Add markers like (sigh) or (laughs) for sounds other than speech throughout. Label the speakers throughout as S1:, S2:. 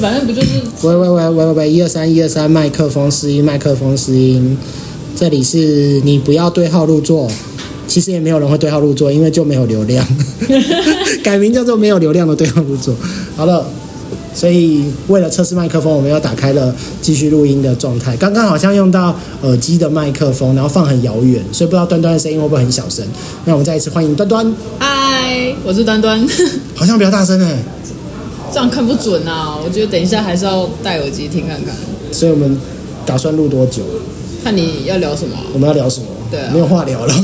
S1: 反正不就是
S2: 喂喂喂喂喂喂，一二三一二三，麦克风试音，麦克风试音。这里是你不要对号入座，其实也没有人会对号入座，因为就没有流量，改名叫做没有流量的对号入座。好了，所以为了测试麦克风，我们又打开了继续录音的状态。刚刚好像用到耳机的麦克风，然后放很遥远，所以不知道端端的声音会不会很小声。那我们再一次欢迎端端，
S1: 嗨，我是端端， (laughs)
S2: 好像比较大声哎、
S1: 这样看不准啊。我觉得等一下还是要戴耳机听看看，
S2: 所以我们打算录多久？
S1: 看你要聊什么啊、
S2: 我们要聊什么？
S1: 对啊
S2: 没有话聊了。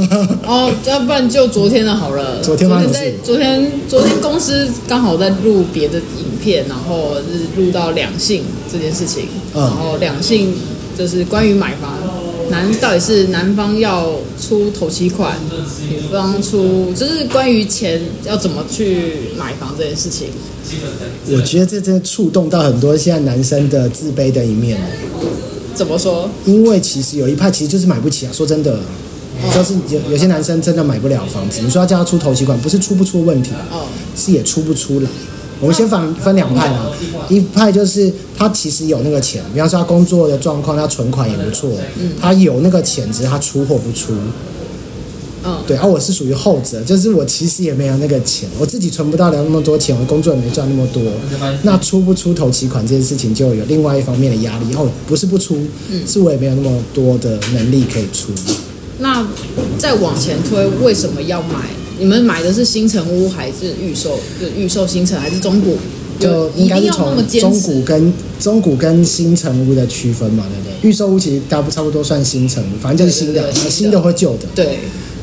S1: 哦，要不然就昨天的好了。
S2: 昨天发生什么
S1: 在
S2: 事
S1: 昨天昨天公司刚好在录别的影片，然后是录到两性这件事情，
S2: 嗯
S1: 然后两性就是关于买房，男到底是男方要出头期款，女方出，就是关于钱要怎么去买房这件事情。
S2: 我觉得这真的触动到很多现在男生的自卑的一面，
S1: 怎么说？
S2: 因为其实有一派其实就是买不起啊。说真的，就是有有些男生真的买不了房子，你说要叫他出头期款，不是出不出问题，
S1: 哦，
S2: 是也出不出来。我们先分分两派啦，一派就是他其实有那个钱，比方说他工作的状况，他存款也不错，他有那个钱，只是他出或不出。
S1: 嗯，
S2: 对，而、我是属于后者，就是我其实也没有那个钱，我自己存不到了那么多钱，我工作也没赚那么多，那出不出头期款这件事情就有另外一方面的压力。哦，不是不出，
S1: 嗯
S2: 是我也没有那么多的能力可以出。
S1: 那再往前推，为什么要买？你们买的是新城屋还是预售？就是预售新城还是中古？
S2: 就
S1: 一
S2: 应该
S1: 定
S2: 是
S1: 要那么
S2: 从
S1: 坚
S2: 中
S1: 持
S2: 古跟中古跟新城屋的区分嘛，对不对？预售屋其实大不差不多算新城屋，反正就是新的，
S1: 对对对对
S2: 新的或旧的，
S1: 对，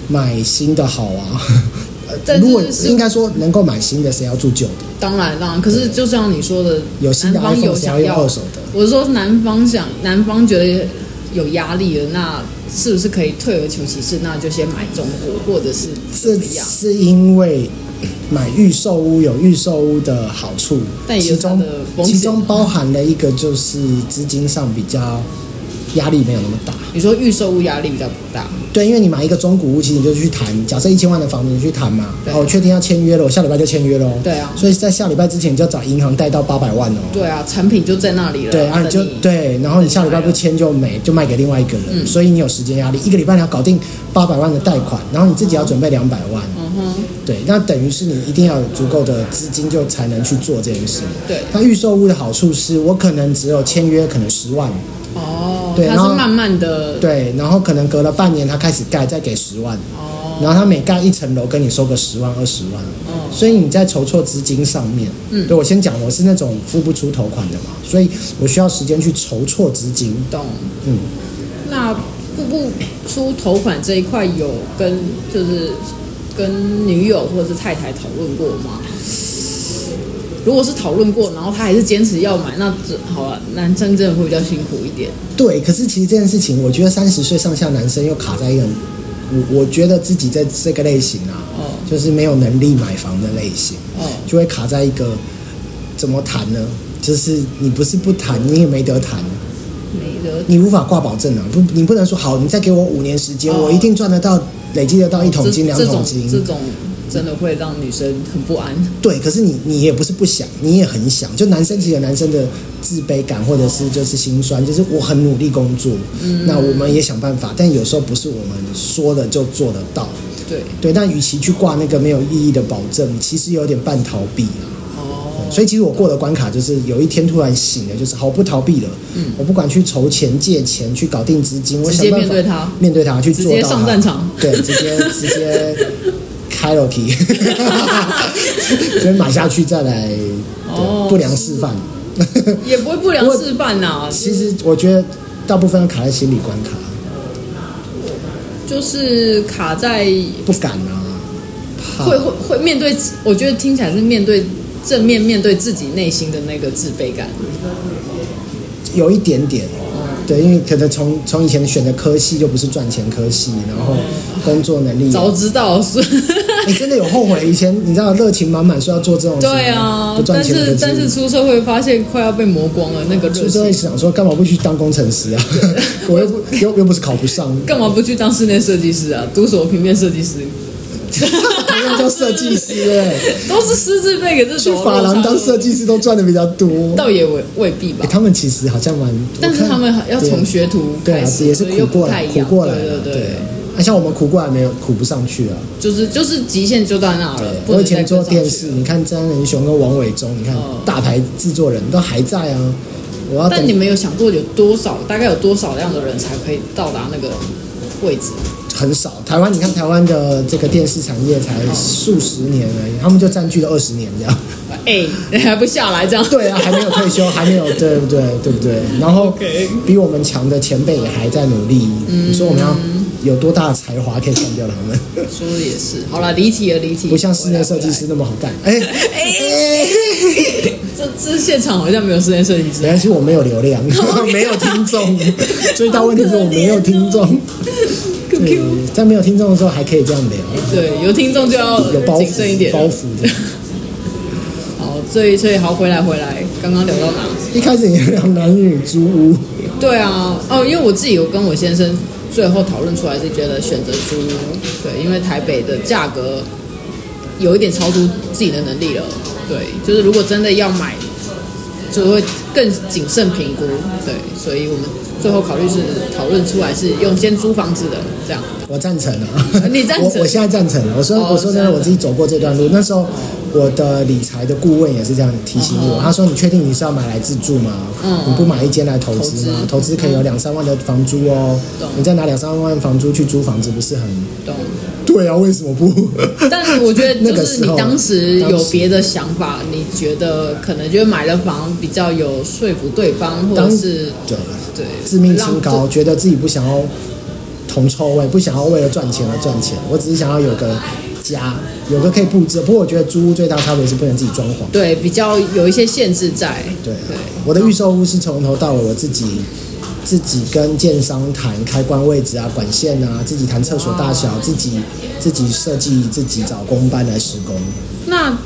S2: 买新的好啊。 (laughs)
S1: 但
S2: 如果
S1: 是
S2: 应该说能够买新的，谁要住旧的？
S1: 当然当然，可是就像你说的，
S2: 有新的
S1: 男方
S2: iPhone，
S1: 有
S2: 谁
S1: 想
S2: 要用二手的？
S1: 我是说男方想，男方觉得有压力了，那是不是可以退而求其次？那就先买中古，或者是怎
S2: 这
S1: 么样？
S2: 是因为买预售屋有预售屋的好处，
S1: 但也有
S2: 其
S1: 它
S2: 中
S1: 的风
S2: 其
S1: 险
S2: 中。包含了一个就是资金上比较压力没有那么大。
S1: 你说预售屋压力比较不大，
S2: 对，因为你买一个中古屋，其实你就去谈，假设一千万的房子你去谈嘛，
S1: 对
S2: 哦，我确定要签约了，我下礼拜就签约喽。
S1: 对啊
S2: 所以在下礼拜之前你就要找银行贷到八百万哦。
S1: 对啊，产品就在那里了，
S2: 对，啊，你就
S1: 等你
S2: 对，然后你下礼拜不签就没，就卖给另外一个人，
S1: 嗯
S2: 所以你有时间压力，一个礼拜你要搞定八百万的贷款，然后你自己要准备两百万，
S1: 嗯哼，
S2: 对，那等于是你一定要有足够的资金，就才能去做这件事。
S1: 对，
S2: 那预售屋的好处是我可能只有签约，可能十万，
S1: 哦，
S2: 对
S1: 它
S2: 然
S1: 是
S2: 后
S1: 慢慢的，
S2: 对，然后可能隔了半年他开始盖，再给十万，
S1: 哦，
S2: 然后他每盖一层楼跟你收个十万二十万，
S1: 哦
S2: 所以你在筹措资金上面，
S1: 嗯
S2: 对我先讲，我是那种付不出头款的嘛，所以我需要时间去筹措资金。
S1: 懂，
S2: 嗯，
S1: 那步步出头款这一块有跟就是跟女友或者是太太讨论过吗？如果是讨论过，然后他还是坚持要买，那这好了，男生真的会比较辛苦一点。
S2: 对，可是其实这件事情，我觉得三十岁上下男生又卡在一个，我我觉得自己在这个类型啊，
S1: 哦
S2: 就是没有能力买房的类型，
S1: 哦，
S2: 就会卡在一个怎么谈呢？就是你不是不谈，你也没得谈，
S1: 没得
S2: 你无法挂保证啊！不，你不能说好，你再给我五年时间，
S1: 哦
S2: 我一定赚得到，累积得到一桶金、
S1: 这
S2: 两
S1: 这
S2: 桶
S1: 种
S2: 金。
S1: 这种真的会让女生很不安。
S2: 对，可是你你也不是不想，你也很想。就男生其实有男生的自卑感，或者是就是心酸，就是我很努力工作，那我们也想办法，但有时候不是我们说的就做得到。
S1: 对，
S2: 对，但与其去挂那个没有意义的保证，其实有点半逃避啊。
S1: 哦，
S2: 所以其实我过的关卡就是有一天突然醒了，就是好我不逃避了，我不管去筹钱、借钱、去搞定资金，我
S1: 嗯直
S2: 想
S1: 接
S2: 办
S1: 面
S2: 法
S1: 对他，
S2: 面对它去
S1: 直
S2: 做
S1: 接
S2: 到
S1: 上
S2: 它
S1: 战场
S2: 对，直接直接开了皮， (laughs) 直接买下去再来
S1: 哦
S2: 对不良示范。
S1: 也不会不良
S2: 不过
S1: 示范啊呐、
S2: (laughs) 其实我觉得大部分都卡在心理关卡，
S1: 就是卡在
S2: 不敢啊，怕
S1: 会会会面对，我觉得听起来是面对正面面对自己内心的那个自卑感。
S2: 有一点点。
S1: 哦
S2: 对，因为可能从从以前选的科系就不是赚钱科系，然后工作能力也
S1: 哦早知道是， (laughs)
S2: (laughs) 你、真的有后悔？以前你知道热情满满，说要做这种事
S1: 对啊
S2: 不，赚
S1: 但
S2: 钱的
S1: 是
S2: 职
S1: 但是出社会发现快要被磨光了那个热
S2: 出社会
S1: 情，
S2: 想说干嘛不去当工程师啊？
S1: (laughs)
S2: 我又不又又不是考不上， (laughs)
S1: 干嘛不去当室内设计师啊？读什么平面设计师？
S2: 不用叫设计
S1: (laughs)
S2: 师哎、
S1: 都是狮子辈给这
S2: 去
S1: 种
S2: 发廊当设
S1: 设，
S2: 计师都赚的比较多。
S1: 倒也未未必吧
S2: 欸。他们其实好像蛮，
S1: 但是
S2: 我看
S1: 他们要
S2: 对
S1: 从学徒
S2: 对
S1: 开
S2: 啊，
S1: 始，
S2: 也是
S1: 所以又
S2: 苦
S1: 不
S2: 过
S1: 太
S2: 来，
S1: 一
S2: 苦
S1: 样。
S2: 过来
S1: 对
S2: 了，
S1: 对
S2: 对
S1: 对，。
S2: 啊，像我们苦过来没有苦不上去啊。
S1: 就是就是极限就到那了。呃不
S2: 我
S1: 能
S2: 以前
S1: 再
S2: 做
S1: 更上去
S2: 电视，你看张仁雄跟王伟忠，你看
S1: 哦
S2: 大牌制作人都还在啊。我要
S1: 但你
S2: 等
S1: 们有想过有多少，大概有多少样的人才可以到达那个位置？
S2: 很少，台湾你看台湾的这个电视产业才数十年而已，他们就占据了二十年这样。
S1: 哎、 (laughs) 还不下来这样？
S2: 对啊，还没有退休，还没有对不对？对不对？然后
S1: OK
S2: 比我们强的前辈也还在努力，你说我们要有多大的才华可以干掉他们？
S1: (laughs) 说的也是。好了，离题了，离题。
S2: 不像室内设计师那么好干。哎、哎
S1: 这这现场好像没有室内设计
S2: 没
S1: 师。
S2: 关系，我没有流量，没有听众。最大问题是我没有听众。对
S1: QQ，，
S2: 在没有听众的时候还可以这样聊，
S1: 对，有听众就要
S2: 有包
S1: 谨慎一
S2: 袱，
S1: 点。
S2: 包袱的。
S1: (laughs) 好，所以所以好回来回来，刚刚聊到哪？
S2: 一开始你聊男女租屋，
S1: 对啊，哦，因为我自己有跟我先生最后讨论出来是觉得选择租屋，对，因为台北的价格有一点超出自己的能力了。对，就是如果真的要买，就会更谨慎评估。对，所以我们最后考虑是讨论出来是用先租房子的这样。
S2: 我赞成啊！
S1: (laughs) 你赞成
S2: 我我现在赞成啊了。我说、
S1: 哦
S2: 我说真
S1: 赞
S2: 的，
S1: 成
S2: 我自己走过这段路。那时候我的理财的顾问也是这样提醒我，他说：“你确定你是要买来自住吗？
S1: 哦嗯
S2: 你不买一间来投资吗？
S1: 投
S2: 投资可以有两三万的房租哦
S1: 懂。
S2: 你再拿两三万房租去租房子，不是很
S1: 懂。
S2: 对啊？为什么不？
S1: (laughs) 但我觉得
S2: (laughs) 那
S1: 就
S2: 个
S1: 是
S2: 时
S1: 你
S2: 候
S1: 当时有
S2: 当时
S1: 别的想法，你觉得可能就买了房比较有说服对方，或者
S2: 当
S1: 是
S2: 对，
S1: 对
S2: 致命清
S1: 让
S2: 高，觉得自己不想要铜臭味，不想要为了赚钱而赚钱，我只是想要有个家，有个可以布置。不过我觉得租屋最大差别是不能自己装潢。
S1: 对比较有一些限制在。
S2: 对，我的预售屋是从头到尾我自己自己跟建商谈开关位置啊、管线啊，自己谈厕所大
S1: 哦
S2: 小，自己自己设计，自己找工班来施工。
S1: 那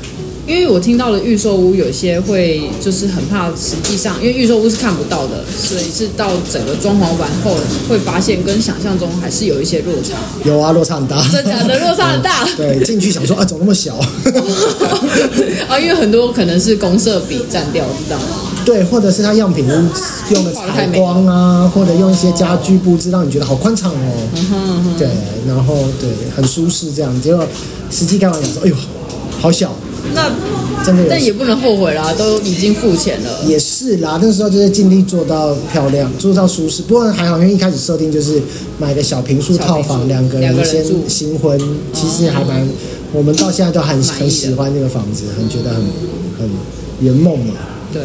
S1: 因为我听到了预售屋有些会就是很怕，实际上因为预售屋是看不到的，所以是到整个装潢完后会发现跟想象中还是有一些落
S2: (laughs)
S1: 差。
S2: 有啊，落差很大。
S1: 真的假的落差很大
S2: (laughs) 对，进去想说啊，怎么那么小？ (laughs)
S1: 啊，因为很多可能是公社比占掉，知道吗？
S2: 对，或者是它样品屋用的采光啊，或者用一些家居布置，让你觉得好宽敞哦。对，然后对，很舒适这样。结果实际看完想说，哎呦，好小，
S1: 那
S2: 真的有
S1: 但也不能后悔啦，都已经付钱了。
S2: 也是啦，那时候就是尽力做到漂亮，做到舒适。不过还好，因为一开始设定就是买个小平数套
S1: 小平
S2: 房，
S1: 数
S2: 两个
S1: 两个
S2: 人
S1: 人
S2: 先
S1: 住哦
S2: 新婚，其实还蛮，我们到现在都很
S1: 满意的
S2: 很喜欢这个房子，很觉得很很圆梦嘛。
S1: 对，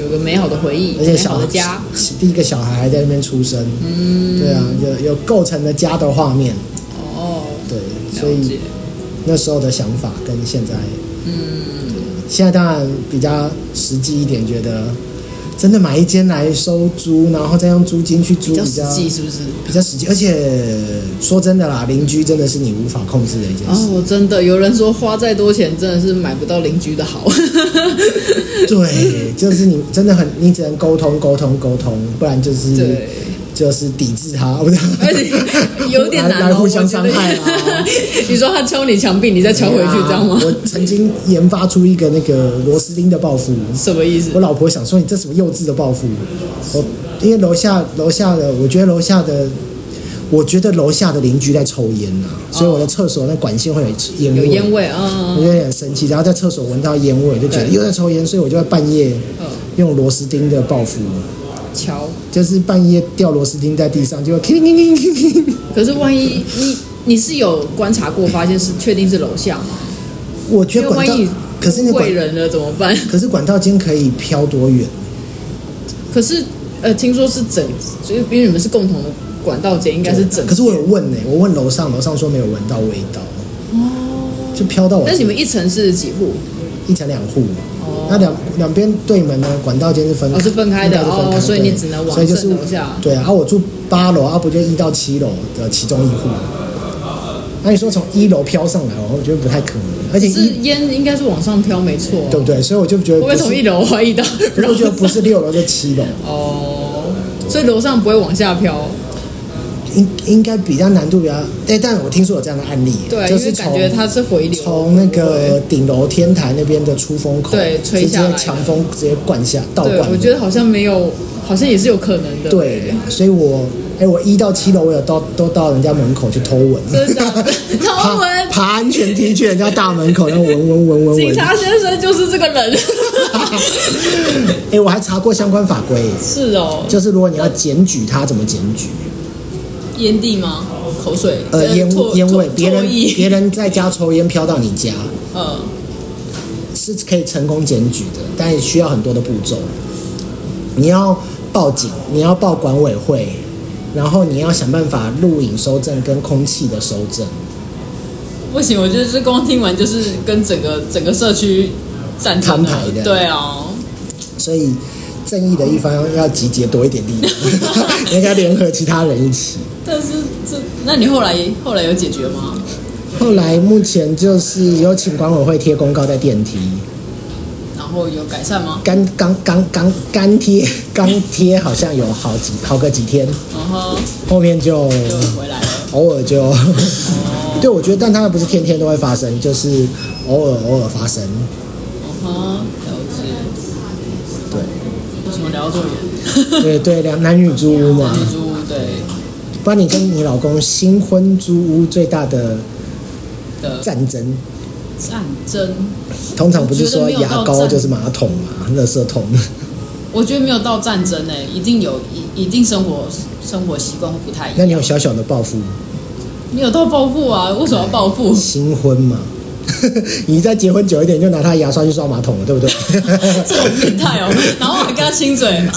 S1: 有个美好的回忆，
S2: 而且
S1: 美
S2: 小
S1: 好的家。
S2: 第一个小孩还在那边出生，嗯，对啊，有有构成了家的画面，
S1: 哦，
S2: 对，所
S1: 了
S2: 以
S1: 解。
S2: 那时候的想法跟现在，嗯，现在当然比较实际一点，觉得真的买一间来收租，然后再用租金去租
S1: 比较
S2: 比
S1: 实
S2: 较
S1: 际是不是？
S2: 比较实际，而且说真的啦，邻居真的是你无法控制的一件事。
S1: 哦，真的有人说花再多钱真的是买不到邻居的好。 (laughs)
S2: 对，就是你真的很，你只能沟通沟通沟通，不然就是
S1: 对，
S2: 就是抵制他，不是？
S1: 而且有点难、哦、
S2: 来来互相伤害啊啦
S1: 我觉得 (laughs) 你说他敲你墙壁，你再敲回去，这样吗？
S2: 啊我曾经研发出一个那个螺丝钉的报复，
S1: 什么意思
S2: 我？老婆想说你这什么幼稚的报复？我因为楼下楼下的，我觉得楼下的，我觉得楼下的邻居在抽烟呐、所以我的厕所那管线会有烟
S1: 有
S2: 味，
S1: 烟味
S2: 我
S1: 啊
S2: 就有点生气。然后在厕所闻到烟味，就觉得
S1: 对
S2: 又在抽烟，所以我就在半夜
S1: 嗯
S2: 用螺丝钉的报复，
S1: 敲。
S2: 就是半夜掉螺丝钉在地上，就 (laughs) 叮叮叮叮叮叮。
S1: 可是万一你你是有观察过，发现是确定是楼下吗？
S2: 我觉得管道
S1: 因为万一，
S2: 可是你管
S1: 贵，人了怎么办？
S2: 可是管道间可以飘多远？
S1: 可是呃，听说是整，就是因为你们是共同的管道间，应该是整。
S2: 啊可是我有问呢、欸我问楼上，楼上说没有闻到味道，哦，就飘到我这
S1: 但你们一层是几户？
S2: 一层两户，那两两边对门呢，管道间是分
S1: 哦是分开的
S2: 应该是分开
S1: 哦所以
S2: 对
S1: 你只能往
S2: 所以就是
S1: 正楼下
S2: 对啊，我住八楼，啊不就一到七楼的其中一户。那你说从一楼飘上来，我觉得不太可能，而且
S1: 是
S2: 一
S1: 烟应该是往上飘，没错、
S2: 对不对？所以我就觉
S1: 会
S2: 得
S1: 不
S2: 不
S1: 会
S2: 是，
S1: 从一楼怀疑到？
S2: 可
S1: (laughs)
S2: 是我觉得不是六楼就七楼，
S1: 哦，所以楼上不会往下飘，
S2: 应应该比较难度比较，对，但我听说有这样的案例，
S1: 对，啊
S2: 就
S1: 因为
S2: 是
S1: 感觉
S2: 从
S1: 它是回流，
S2: 从那个顶楼天台那边的出风口，
S1: 对吹下来
S2: 直
S1: 的
S2: 接强风直接灌下，倒
S1: 对，
S2: 灌，
S1: 我觉得好像没有，好像也是有可能的，
S2: 对，所以我哎、我一到七楼我有到都到人家门口去偷闻，
S1: 真
S2: (laughs)
S1: 的假的偷
S2: 爬
S1: 闻
S2: 爬安全梯去人家大门口，然后闻闻闻闻
S1: 警
S2: 闻， (laughs) 哎、
S1: 察先生就是这个人， (laughs)
S2: 哎我还查过相关法规，
S1: 是哦，
S2: (laughs) 就是如果你要检举他怎么检举，
S1: 烟蒂吗？口水，
S2: 呃，烟
S1: 唾
S2: 烟味
S1: 唾，
S2: 别人
S1: 唾 (laughs) 液，
S2: 别人在家抽烟飘到你家。
S1: 嗯，
S2: 是可以成功检举的，但也需要很多的步骤。你要报警，你要报管委会，然后你要想办法录影收证跟空气的收证。
S1: 不行，我觉得这光听完就是跟整个整个社区站成
S2: 摊牌
S1: 了，
S2: 的
S1: 对啊，
S2: 所以正义的一方要集结多一点力量， (laughs) 应该联合其他人一起。
S1: 但是这，那你后来后来有解决吗？
S2: 后来目前就是有请管委会贴公告在电梯，
S1: 然后有改善吗？
S2: 干刚刚刚干贴刚贴好像有好几好个几天，
S1: 然后
S2: 后面就
S1: 就回来了。
S2: 偶尔就，对，我觉得，但它不是天天都会发生，就是偶尔偶尔发生。
S1: 嗯哼，了解。
S2: 对，
S1: 为什么聊到这么远？
S2: (laughs)
S1: (laughs)
S2: 对对，两男女租屋嘛
S1: 男。女租对
S2: 不然你跟你老公新婚租屋最大的
S1: 的
S2: 战争，
S1: 战争，
S2: 通常不是说牙膏就是马桶嘛，垃圾桶。 (laughs)
S1: 我觉得没有到战争呢、一定有一一定生活生活习惯会不太一样。
S2: 那你有小小的报复？
S1: 没有到报复啊？为什么要报
S2: (laughs)
S1: 复？
S2: 新婚嘛，你再结婚久一点就拿他牙刷去刷马桶了，对不对？
S1: 这种变态哦！然后我还跟他亲嘴，
S2: (laughs) 哎，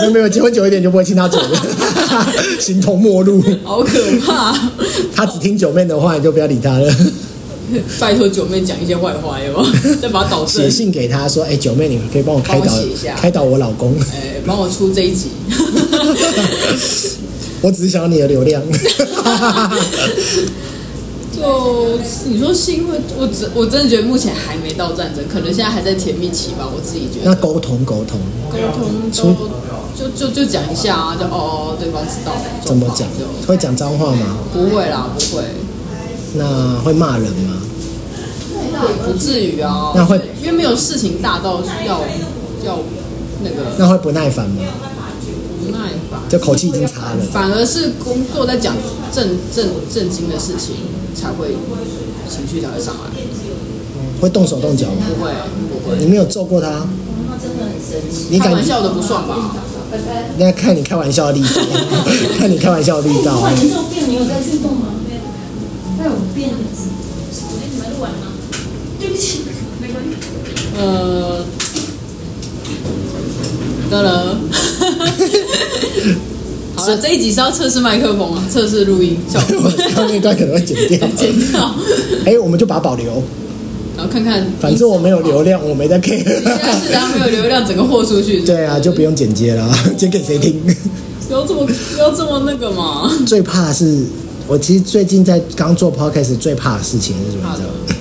S2: 没有没有，结婚久一点就不会亲他嘴了， (laughs) 形同陌路。
S1: 好可怕！
S2: 他只听九妹的话，你就不要理他了。
S1: 拜托九妹讲一些坏话哟，再把他导正
S2: 写。信给他说：“哎、九妹，你可以帮我开导
S1: 帮我写一下
S2: 开导我老公，
S1: 哎，帮我出这一
S2: (laughs)
S1: 集。
S2: 我只是想要你的流量。 (laughs)
S1: 就你说新婚，我只我真的觉得目前还没到战争，可能现在还在甜蜜期吧。我自己觉得
S2: 那沟通沟通，
S1: 沟通都就就就讲一下啊，就哦，对方知道
S2: 怎么讲
S1: 就？哦
S2: 会讲脏话吗？
S1: 不会啦，不会，
S2: 那会骂人吗？
S1: 不至于啊。
S2: 那会
S1: 因为没有事情大到要要那个
S2: 那会不耐烦吗？
S1: 不耐烦，
S2: 就口气已经差了。
S1: 反而是工作在讲正正正经的事情才会情绪才会上来，
S2: 会动手动脚吗？
S1: 不会不会。
S2: 你没有揍过他？
S3: Então, é
S2: 你
S1: 开
S2: 感
S1: 玩笑的不算吧？
S2: 那看你开玩笑的
S1: (laughs)
S2: 力道，看你开玩笑的力道。
S3: 你有变，你有在运动吗？那有变的。对不起，没关系。
S1: 呃，得了。
S2: (laughs)
S1: 好了，这一集是要测试麦克风啊，测试录音效果
S2: (laughs) 我，刚那段可能会剪掉。
S1: 剪掉，
S2: 哎、我们就把它保留，
S1: 然后看看。
S2: 反正我没有流量，我没在 care。
S1: 现在是然啊后没有流量，整个豁出去。
S2: (laughs) 对啊，就不用剪接了， (laughs) 剪给谁听？
S1: 不要这么不要这么那个嘛。
S2: 最怕是，我其实最近在刚做 podcast 最怕的事情是什么？
S1: 好
S2: 你知
S1: 的
S2: 道吗？
S1: 嗯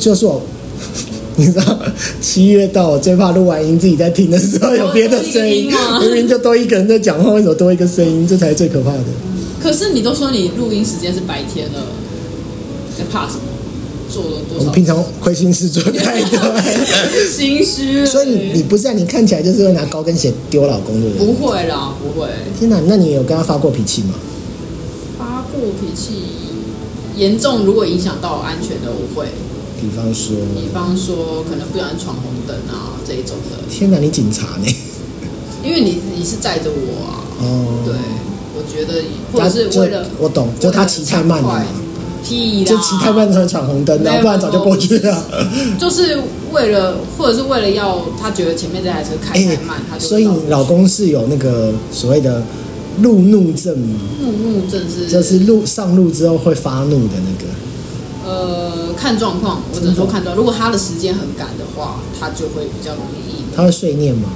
S2: 就是我， (laughs) 你知道，七月到，我最怕录完音自己在听的时候有别的声
S1: 多一个音
S2: 音
S1: 吗，
S2: 明明就多一个人在讲话，为什么多一个声音？这才是最可怕的。
S1: 可是你都说你录音时间是白天了，在怕什么？做了
S2: 我
S1: 多
S2: 们
S1: 少？
S2: 平常亏心事做太
S1: (laughs)
S2: 多，
S1: 心虚了。
S2: 所以你你不是、啊、你看起来就是会拿高跟鞋丢老公，对不
S1: 不
S2: 对？
S1: 会啦，不会
S2: 天哪，那你有跟他发过脾气吗？
S1: 发过脾气。严重，如果影响到安全的，我会。
S2: 比方说，
S1: 比方说可能不小心闯红灯啊这一种的，
S2: 天哪，你警察呢？
S1: 因为你你是载着我啊，
S2: 哦，
S1: 对，，我觉得或者
S2: 就是
S1: 为了
S2: 我懂，就他骑太慢了嘛。
S1: 屁啦，
S2: 就骑太，慢才会闯红灯
S1: 没
S2: 啊，
S1: 有
S2: 不然早就过去了。
S1: 就是为了或者是为了要他觉得前面这台车开
S2: (laughs)
S1: 太慢，他就
S2: 哎所以你老公是有那个所谓的路怒症吗，
S1: 怒怒症是
S2: 就是路上路之后会发怒的那个。
S1: 呃看状况，我只能说看状况，如果他的时间很赶的话，他就会比较容易易怒，
S2: 他会碎念吗？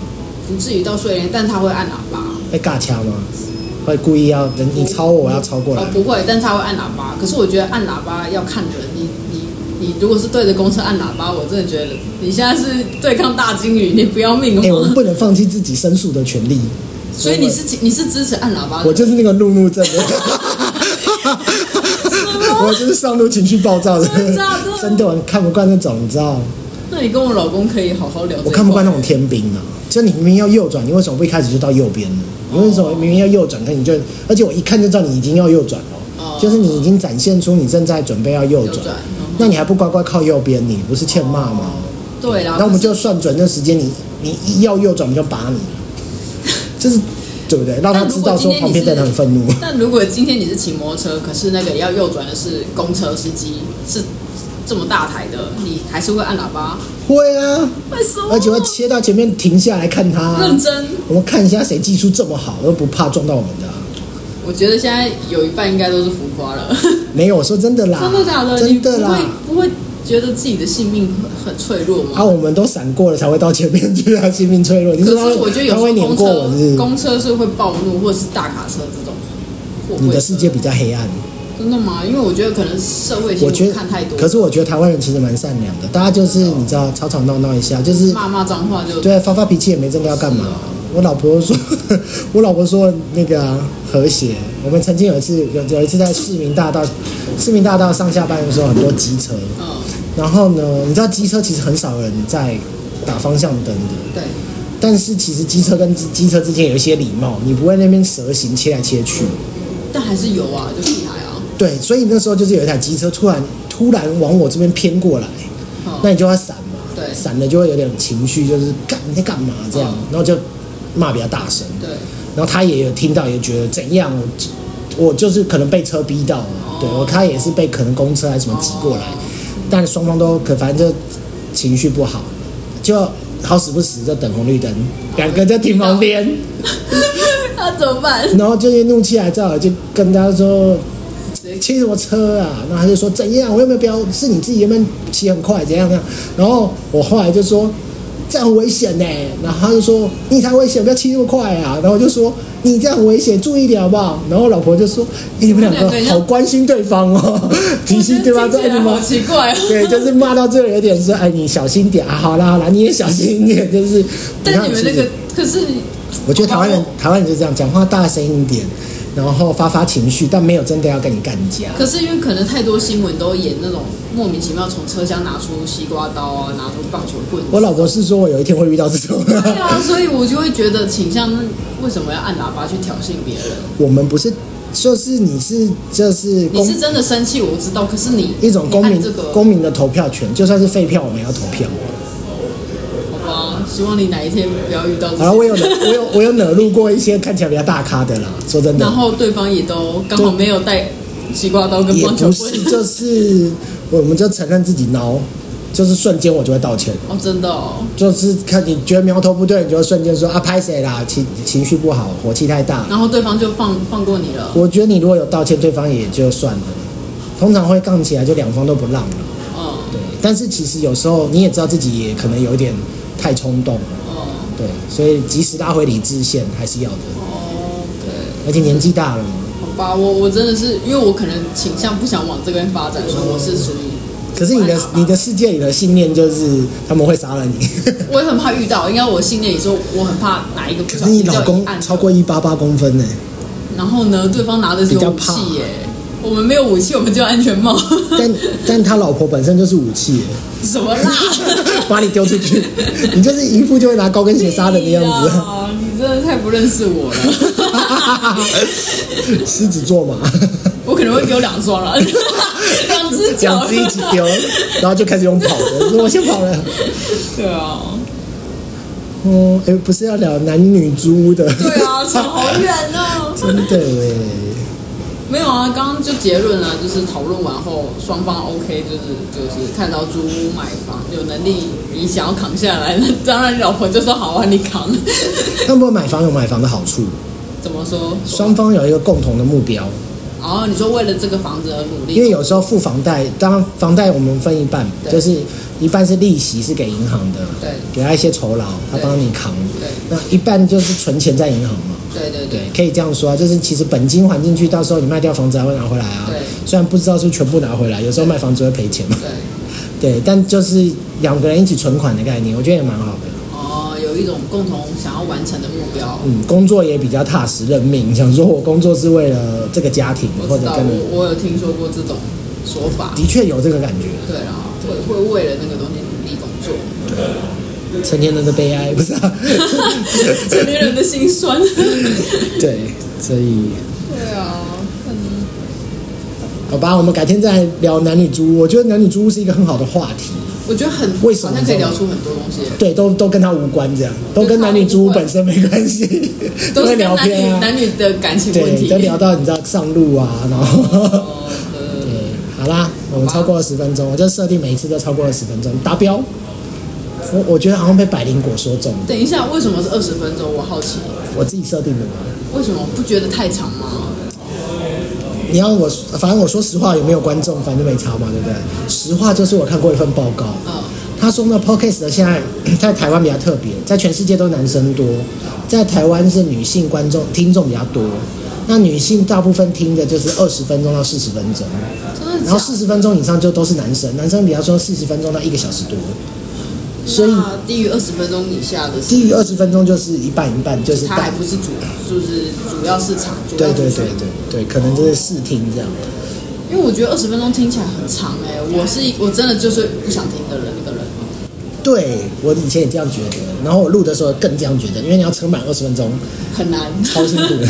S1: 不至于到睡莲，但他会按喇叭。
S2: 会尬掐吗？会故意要人你超我，我要超过来
S1: 哦，？不会，但他会按喇叭。可是我觉得按喇叭要看人，你你你如果是对着公车按喇叭，我真的觉得你现在是对抗大金鱼，你不要命
S2: 哎、
S1: 了 (laughs)
S2: 我们
S1: 吗？
S2: 不能放弃自己申诉的权利。
S1: 所以你是你是支持按喇叭的
S2: 我就是那个路怒
S1: (laughs)
S2: 症的， (laughs) 我就是上路情绪爆炸的
S1: 真的啊真的，
S2: 真的我看不惯那种，你知道，
S1: 那你跟我老公可以好好聊。
S2: 我看不惯那种天兵啊，就你明明要右转，你为什么不一开始就到右边呢？你为什么明明要右转，可你就，而且我一看就知道你已经要右转
S1: 哦
S2: 了，就是你已经展现出你正在准备要右
S1: 右
S2: 转，
S1: 转，嗯
S2: 那你还不乖乖靠右边，你不是欠骂吗？
S1: 对啦。
S2: 那我们就算准那时间，你你一要右转，我们就把你，
S1: (laughs)
S2: 就是对不对？让他知道说旁边的人很愤怒。
S1: 但如果今天你是骑摩托车，可是那个要右转的是公车司机，是这么大台的，你还是会按喇叭？
S2: 会啊，
S1: 为什么？
S2: 而且会切到前面停下来看他、
S1: 哦
S2: 啊
S1: 认真。
S2: 我们看一下谁技术这么好，又不怕撞到我们的啊、
S1: 我觉得现在有一半应该都是浮夸了，
S2: 没有，我说真的啦，
S1: 真的假的？
S2: 啊真的啦。
S1: 你不会不会觉得自己的性命很很脆弱吗？
S2: 啊，我们都闪过了才会到前面去啊，性命脆弱。你
S1: 可
S2: 说
S1: 是
S2: 他
S1: 我觉得有
S2: 他会
S1: 时候公
S2: 碾过我
S1: 车
S2: 是不是
S1: 公车是会暴怒，或者是大卡车这种。货柜
S2: 你的
S1: 车
S2: 世界比较黑暗，
S1: 真的吗？因为我觉得可能社会新
S2: 我觉
S1: 闻
S2: 得
S1: 看太多，哦
S2: 可是我觉得台湾人其实蛮善良的，大家就是你知道吵吵闹闹一下，就是
S1: 骂嗯骂脏话就
S2: 对，发发脾气也没真的要干嘛。我老婆说， (laughs) 我老婆说那个啊、和谐。我们曾经有一次有有一次在市民大道，市民大道上下班的时候很多机车，
S1: 嗯
S2: 然后呢，你知道机车其实很少人在打方向灯的，
S1: 对，
S2: 但是其实机车跟机机车之间有一些礼貌，你不会那边蛇形切来切去。
S1: 但还是有啊，就屁孩啊，
S2: 对，所以那时候就是有一台机车突然突然往我这边偏过来，
S1: 嗯
S2: 那你就要闪嘛，
S1: 对
S2: 闪了就会有点情绪，就是干你在干嘛这样，
S1: 嗯
S2: 然后就骂比较大声。
S1: 对，
S2: 然后他也有听到，也觉得怎样，我我就是可能被车逼到了，对我他也是被可能公车还是什么挤过来，
S1: 哦
S2: 但双方都可反正就情绪不好，就好死不死就等红绿灯，两个就停旁边，
S1: (laughs) 那怎么办？
S2: 然后就是怒气来照，就跟他说。骑什么车啊？然后他就说怎样？我又没有标，是你自己原本骑很快，怎样怎样？然后我后来就说这样很危险呢、然后他就说你才危险，不要骑那么快啊。然后我就说你这样很危险，注意一点好不好？然后我老婆就说、哎，你们两
S1: 你们两个
S2: 个
S1: 人
S2: 好关心对方哦， (laughs) 提醒对方
S1: 我觉
S2: 说、
S1: 得听起
S2: 哎、你
S1: 来好
S2: 们。
S1: 奇怪啊。
S2: (laughs) 对，就是骂到最后有点说，哎，你小心点啊！好啦好啦，你也小心一点，就是。
S1: 但
S2: 不要
S1: 你们
S2: 骑
S1: 那个，哦可是你
S2: 我觉得台湾人，台湾人就这样，讲话大声一点，然后发发情绪，但没有真的要跟你干架。
S1: 可是因为可能太多新闻都演那种莫名其妙从车厢拿出西瓜刀啊，拿出棒球棍子。
S2: 我老婆是说我有一天会遇到这种，
S1: 对啊，所以我就会觉得倾向为什么要按喇叭去挑衅别人？
S2: (laughs) 我们不是，就是你是就是
S1: 你
S2: 公
S1: 是真的生气，我知道，可是你
S2: 一种公
S1: 你
S2: 民
S1: 按这个，
S2: 公民的投票权，就算是废票我们也要投票。
S1: 好吧？希望你哪一天不要遇到这些。
S2: 然后我有我有我有惹怒过一些看起来比较大咖的啦，说真
S1: (laughs)
S2: 的
S1: 然，后对方也都刚好没有带西瓜刀跟
S2: 也
S1: 棒球
S2: 不是
S1: 棍。
S2: 就是我们就承认自己孬，就是瞬间我就会道歉。
S1: 哦，真的哦。
S2: 就是看你觉得苗头不对，你就会瞬间说啊拍谁啦，情情绪不好，火气太大。
S1: 然后对方就放放过你了。
S2: 我觉得你如果有道歉，对方也就算了。通常会杠起来，就两方都不让了。
S1: 嗯
S2: 对，但是其实有时候你也知道自己也可能有点太冲动了，
S1: 哦
S2: 对，所以及时拉回理智线还是要的，
S1: 哦，对，
S2: 而且年纪大了嘛。
S1: 好吧，我我真的是因为我可能倾向不想往这边发展，所以我是属于
S2: 可是你的你的世界里的信念就是他们会杀了你，
S1: 我也很怕遇到，应该我信念里说我很怕哪一个不
S2: 可
S1: 小
S2: 是你
S1: 心掉
S2: 老公
S1: 一按，
S2: 超过一八八公 (laughs) 分呢、
S1: 然后呢，对方拿的是
S2: 比较
S1: 有武
S2: 怕
S1: 器耶、我们没有武器，我们只有安全帽，
S2: 但 (laughs) 但他老婆本身就是武器、
S1: (laughs) 什么啦？
S2: (laughs) 把你丢
S1: (laughs)
S2: 出去，你就是一副就会拿高跟鞋杀人的样
S1: 屁
S2: 子。
S1: 啦你真的太不认识我 (laughs) 了。
S2: (laughs) 狮子座嘛，
S1: 我可能会丢两双
S2: (laughs)
S1: 了，两只脚，
S2: 两只一起丢，然后就开始用跑的，说我先跑了。
S1: 对啊，
S2: 哦，哎，不是要聊男女租屋的？
S1: 对
S2: (laughs)
S1: 啊，扯好远哦。
S2: 真的哎，
S1: 没有啊，刚刚就结论啊，就是讨论完后双方 OK，就是就是看到租屋买房有能力，你想要扛下来，那当然你老婆就说好啊，你扛。 (laughs)
S2: 那么买房有买房的好处，
S1: 怎么说？
S2: 双方有一个共同的目标，
S1: 哦，你说为了这个房子而努力，
S2: 因为有时候付房贷，当然房贷我们分一半，
S1: 对
S2: 就是一半是利息是给银行的，
S1: 对
S2: 给他一些酬劳，他帮你扛，
S1: 对
S2: 那一半就是存钱在银行嘛。
S1: 对对
S2: 对
S1: 对，
S2: 可以这样说啊，就是其实本金还进去，到时候你卖掉房子还会拿回来啊。
S1: 对
S2: 虽然不知道是不是全部拿回来，啊有时候卖房子会赔钱嘛。
S1: 对，
S2: 对，但就是两个人一起存款的概念，我觉得也蛮好的。
S1: 哦，有有一种共同想要完成的目标。
S2: 嗯，工作也比较踏实认命，想说我工作是为了这个家庭
S1: 我
S2: 或
S1: 知
S2: 者
S1: 道，
S2: 跟你，
S1: 我我有听说过这种说法。
S2: 的确有这个感觉，
S1: 对啦，会会为了那个东西努力工作。，
S2: 成年人的悲哀不是、啊
S1: 成年人的心酸。 (laughs)
S2: 对，所以
S1: 对啊，
S2: 好吧，我们改天再聊男女租屋，我觉得男女租屋是一个很好的话题，
S1: 我觉得很
S2: 为什么
S1: 好像可以聊出很多东西，
S2: 对，都都跟他无关这样，都跟男女租屋本身没关系，
S1: (laughs) 都
S2: 会
S1: 是跟
S2: 聊
S1: 男女、
S2: 天啊，
S1: 男女的感情问
S2: (laughs) 对，
S1: 题。
S2: 都聊到你知道上路啊， (laughs) 然后。
S1: 哦对
S2: 对好啦，我们超过二十分钟，我就设定每一次都超过二十分钟，达标。我我觉得好像被百灵果说中，
S1: 等一下，为什么是二十分钟？我好奇，
S2: 我自己设定的嘛。
S1: 为什么不觉得太长吗？
S2: 你要我，反正我说实话，有没有观众，反正没差嘛，对不对？实话就是我看过一份报告，
S1: 嗯，
S2: 他说呢，Podcast 的现在 (coughs) 在台湾比较特别，在全世界都男生多，在台湾是女性观众听众比较多。那女性大部分听的就是二十分钟到四十分钟，
S1: 真的假的
S2: 然后四十分钟以上就都是男生，男生比方说四十分钟到一个小时多，所以
S1: 那低于二十分钟以下的是，
S2: 低于二十分钟就是一半一半，就是
S1: 它
S2: 大
S1: 还不是主，就是主要市场。主要
S2: 对对
S1: 主
S2: 对
S1: 选
S2: 对对，可能就是试听这样。
S1: 因为我觉得二十分钟听起来很长哎、我是一我真的就是不想听的人一个人。
S2: 对我以前也这样觉得，然后我录的时候更这样觉得，因为你要撑满二十分钟，
S1: 很难，
S2: 超辛
S1: (laughs)
S2: 苦的。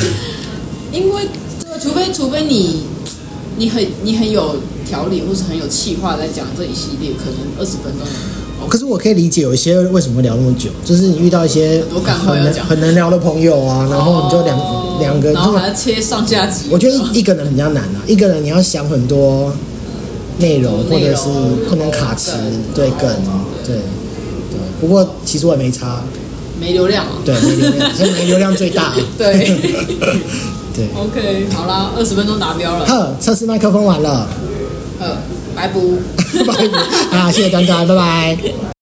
S1: 因为对，除非除非你你很你很有条理，或是很有气划在讲这一系列，可能二十分钟。
S2: 可是我可以理解有一些为什么聊那么久，就是你遇到一些
S1: 很多干话
S2: 很
S1: 要
S2: 能
S1: 讲
S2: 很能聊的朋友啊，然后你就两、
S1: 哦
S2: 两个，
S1: 然后还要切上下集。
S2: 我觉得一个人比较难啊，一个人你要想很多内容，或者是不能卡词，对梗，对对。不过其实我也没差，
S1: 没流量啊。
S2: 对，没流量，所以没流量最 (laughs) 大。啊
S1: (laughs) 对
S2: 对。
S1: OK，好啦，二十分钟达标了，
S2: 呵，测试麦克风完了， (laughs)
S1: 呃，拜拜。
S2: 拜拜啊，谢谢端端，拜拜。